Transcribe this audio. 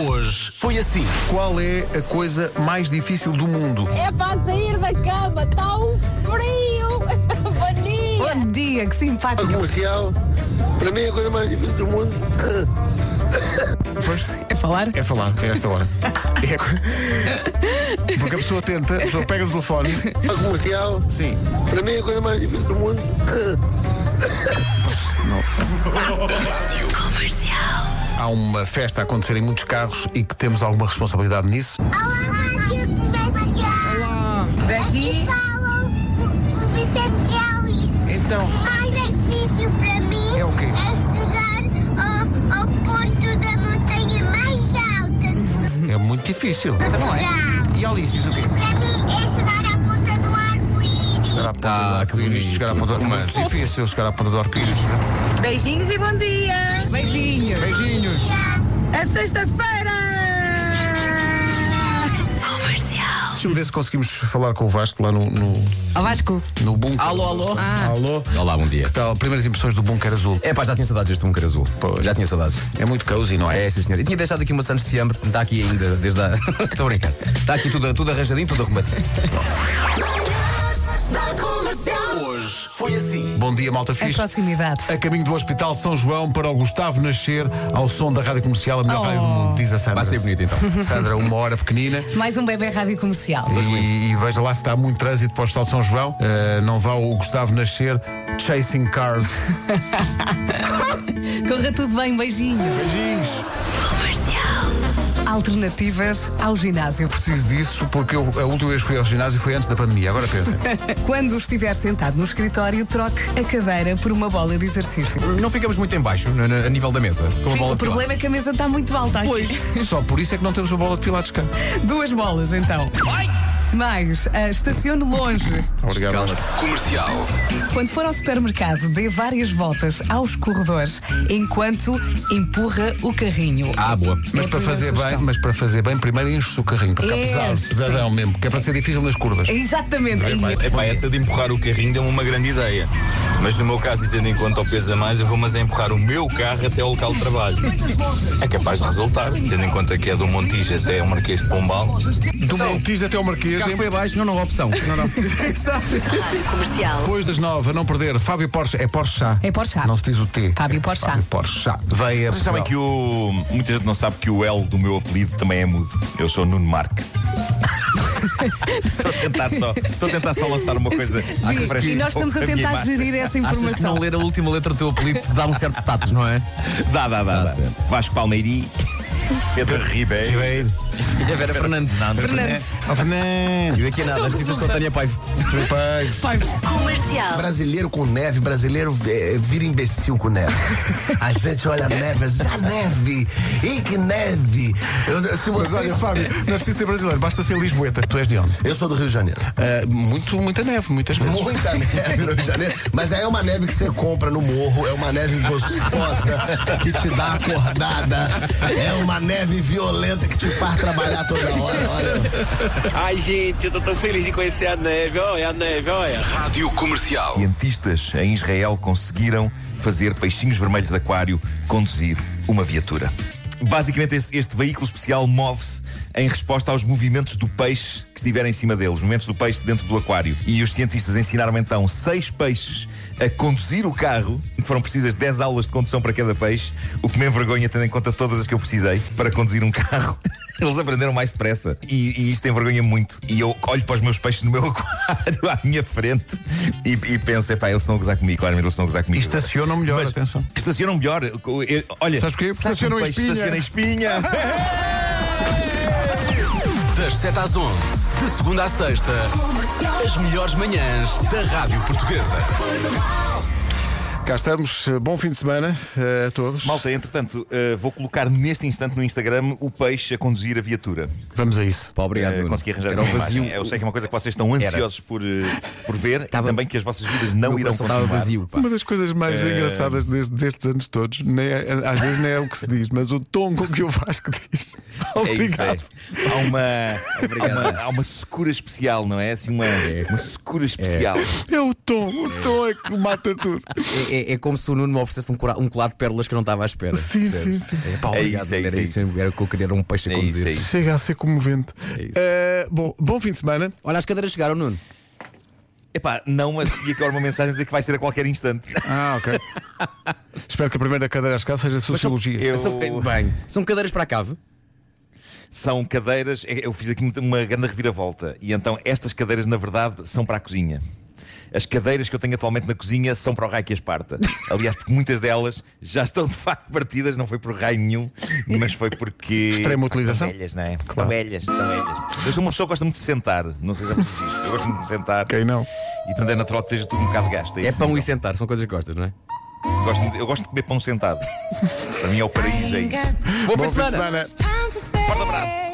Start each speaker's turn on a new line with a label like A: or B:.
A: hoje foi assim.
B: Qual é a coisa mais difícil do mundo?
C: É para sair da cama, está um frio! Bom dia!
D: Bom dia, que simpático.
E: comercial. Para mim, é a coisa mais difícil do mundo
B: Pois,
D: É falar?
B: é falar, é esta hora. É a co- Porque a pessoa tenta, a pessoa pega o telefone.
E: é comercial.
B: Sim.
E: Para mim, é a coisa mais difícil do mundo
B: Há uma festa a acontecer em muitos carros e que temos alguma responsabilidade nisso.
C: Olá, rádio comercial! Aqui falam o Vicente Alice.
B: Então.
C: O mais difícil para mim
B: É o quê?
C: é chegar ao, ao ponto da montanha mais alta de
B: É muito difícil. é.
C: Portugal.
B: E Alice diz o quê?
C: Para mim é chegar à ponta do arco-íris.
B: Chegar à ponta do arco-íris,
A: bonito,
B: chegar à ponta do
A: que
B: arco-íris.
A: romântico.
B: Difícil chegar à ponta do arco-íris.
F: Beijinhos e bom dia!
D: Beijinho.
B: Beijinhos.
F: É sexta-feira!
B: Deixa-me ver se conseguimos falar com o Vasco lá no, no,
D: Ó Vasco,
B: no bunker.
A: Alô, alô.
D: Ah.
B: Alô.
A: Olá, bom dia.
B: Que tal? Primeiras impressões do bunker azul.
A: É pá, já tinha saudades deste bunker azul.
B: Pois.
A: Já tinha saudades.
B: É muito cozy, não
A: É, sim, senhor. E tinha deixado aqui uma Santos de Fiambre, está aqui ainda, desde a. Estou a brincar. Está aqui tudo, tudo arranjadinho, tudo arrumadinho.
B: Hoje foi assim. Bom dia, malta
D: a
B: fixe.
D: proximidade.
B: A caminho do Hospital São João para o Gustavo nascer ao som da Rádio Comercial, a melhor
D: Oh.
B: rádio do mundo, diz a Sandra.
A: Vai ser bonito, então.
B: Sandra, uma hora pequenina.
D: Mais um bebê rádio comercial.
B: E, e veja lá se está muito trânsito para o Hospital São João. Uh, não vá o Gustavo nascer chasing cars.
D: Corra tudo bem, beijinho.
B: Beijinhos.
D: Alternativas ao ginásio.
B: Preciso disso porque eu, a última vez que fui ao ginásio foi antes da pandemia. Agora pensa.
D: Quando estiver sentado no escritório, troque a cadeira por uma bola de exercício.
A: Não ficamos muito em baixo, no- no- a nível da mesa. Com a bola
D: O
A: de
D: problema é que a mesa está muito alta aqui. Pois. É
B: Só por isso é que não temos uma bola de pilates cá.
D: Duas bolas, então. Mais, ah, estacione longe.
A: pilates.
B: Obrigado.
A: Cala-te.
D: Quando for ao supermercado, dê várias voltas aos corredores enquanto empurra o carrinho.
A: Ah, boa.
B: Mas
D: É a
B: para
D: primeira
B: fazer
D: sugestão.
B: bem, mas para fazer bem, primeiro enche o carrinho, para ficar
D: Enche,
B: pesado, pesadão mesmo, que é para ser difícil nas curvas.
D: Exatamente. Aí,
G: Epá, essa de empurrar o carrinho deu-me uma grande ideia. Mas no meu caso, e tendo em conta o peso a mais, eu vou mas a empurrar o meu carro até ao local de trabalho. É capaz de resultar, tendo em conta que é do Montijo até o Marquês de Pombal.
B: Do Montijo até ao Marquês,
A: Cá
B: em-
A: foi abaixo, não, não há opção. Não, não.
B: Depois das nove, a não perder, Fábio Porsche. É Porsche Chá.
D: É Porsche Chá.
B: Não se diz o T.
D: Fábio
B: É
D: Porsche Chá.
B: Fábio Porsche Chá. Veio a
H: Vocês sabem
B: Portugal.
H: que o. Muita gente não sabe que o L do meu apelido também é mudo. Eu sou Nuno Marque. Estou a tentar só, estou a tentar só lançar uma coisa.
D: Sim,
H: que parece
D: e
H: um
A: é
D: nós
H: pouco
D: estamos a
H: da minha
D: tentar
H: imagem.
D: gerir essa
A: Achas que não
D: informação.
A: ler a última letra do teu apelido te dá um certo status, não é?
H: Dá, dá, dá. dá.
A: certo.
H: Vasco Palmeiri, Pedro Ribeiro.
B: Veio.
A: E a Vera Fernandes.
D: Fernando,
B: Oh, Fernando.
A: E aqui é nada, as notícias com a Tânia Paiva.
B: Pai.
I: Brasileiro com neve, brasileiro eh, vira imbecil com neve. A gente olha a neve, já neve! E que neve! Eu, se
B: Mas olha,
I: vocês...
B: Fábio, não é preciso ser brasileiro, basta ser Lisboeta. Tu és de onde?
I: Eu sou do Rio de Janeiro.
B: muito, muita neve, muitas vezes.
I: Muita neve no Rio de Janeiro. Mas aí é uma neve que você compra no morro, é uma neve gostosa que te dá acordada, é uma neve violenta que te faz trabalhar toda hora. Olha,
J: Ai, gente, eu tô tão feliz de conhecer a neve. Olha a neve, olha.
H: Cientistas em Israel conseguiram fazer peixinhos vermelhos de aquário conduzir uma viatura. Basicamente, este, este veículo especial move-se em resposta aos movimentos do peixe que estiver em cima deles, movimentos do peixe dentro do aquário. E os cientistas ensinaram então seis peixes a conduzir o carro, que foram precisas 10 aulas de condução para cada peixe, o que me envergonha, tendo em conta todas as que eu precisei para conduzir um carro. Eles aprenderam mais depressa e, e isto envergonha muito. E eu olho para os meus peixes no meu aquário à minha frente e, e penso: epá, eles estão a gozar comigo, claramente eles estão a gozar
B: E
H: comigo.
B: estacionam melhor, atenção.
H: Estacionam melhor. Eu- Olha,
B: Sabes porquê? Porque
H: sabe que um
B: estacionam em
H: peixe
B: espinha.
H: Estaciona em espinha.
K: Das 7 às 11, de segunda à sexta, as melhores manhãs da Rádio Portuguesa.
B: Cá estamos. Bom fim de semana eh, a todos.
H: Malta, entretanto, eh, vou colocar neste instante no Instagram o peixe a conduzir a viatura.
B: Vamos a isso.
A: Pá, obrigado.
H: Eh,
A: Nuno.
H: consegui arranjar
A: Era
H: uma
A: o vazio.
H: imagem. Eu sei que é uma coisa que vocês estão ansiosos por, eh, por ver
A: Tava-
H: e também que as vossas vidas não
A: Meu
H: irão
A: coração estava
H: continuar.
A: vazio, pá.
B: Uma das coisas mais engraçadas destes, destes anos todos, nem é- às vezes nem é o que se diz, mas o tom com que o Vasco diz.
H: É isso, é.
B: Obrigado.
H: Há uma, há uma, há uma secura especial, não é? Assim, uma, uma secura especial.
B: É, o tom, o tom é que mata tudo.
A: É, é, é como se o Nuno me oferecesse um, cora- um colado de pérolas que eu não estava à espera.
B: Sim,
A: percebes?
B: sim, sim.
A: É, pá,
H: É
A: obrigado,
H: isso, é
A: era
H: isso,
A: isso,
H: é
A: mesmo, era o que eu queria, era um peixe a
H: É isso,
A: conduzir.
H: é isso.
B: Chega a ser comovente.
A: isso.
B: Eh, bom, bom fim de semana.
A: Olha, as cadeiras chegaram, Nuno.
H: Epá, não, mas segui agora uma mensagem a dizer que vai ser a qualquer instante.
B: Ah, ok. Espero que a primeira cadeira a chegar seja Sociologia.
H: Eu-
A: São, bem, são cadeiras para a cave.
H: São cadeiras, é, eu fiz aqui uma grande reviravolta. E então estas cadeiras, na verdade, são para a cozinha. As cadeiras que eu tenho atualmente na cozinha são para o raio que as parta. Aliás, porque muitas delas já estão de facto partidas, não foi por raio nenhum, mas foi porque.
B: Extrema utilização.
H: Estão velhas, não é? Estão velhas, estão velhas. Eu sou uma pessoa que gosta muito de sentar, não sejamos isto. Eu gosto muito de sentar.
B: Quem não?
H: E portanto é natural que esteja tudo um bocado gasto.
A: É
H: isso,
A: pão
H: não?
A: e sentar, são coisas que gostas, não é?
H: Gosto muito- eu gosto de comer pão sentado. para mim é o paraíso, é isso.
A: Boa
B: Bom
A: fim de semana.
B: semana.
H: Forte abraço.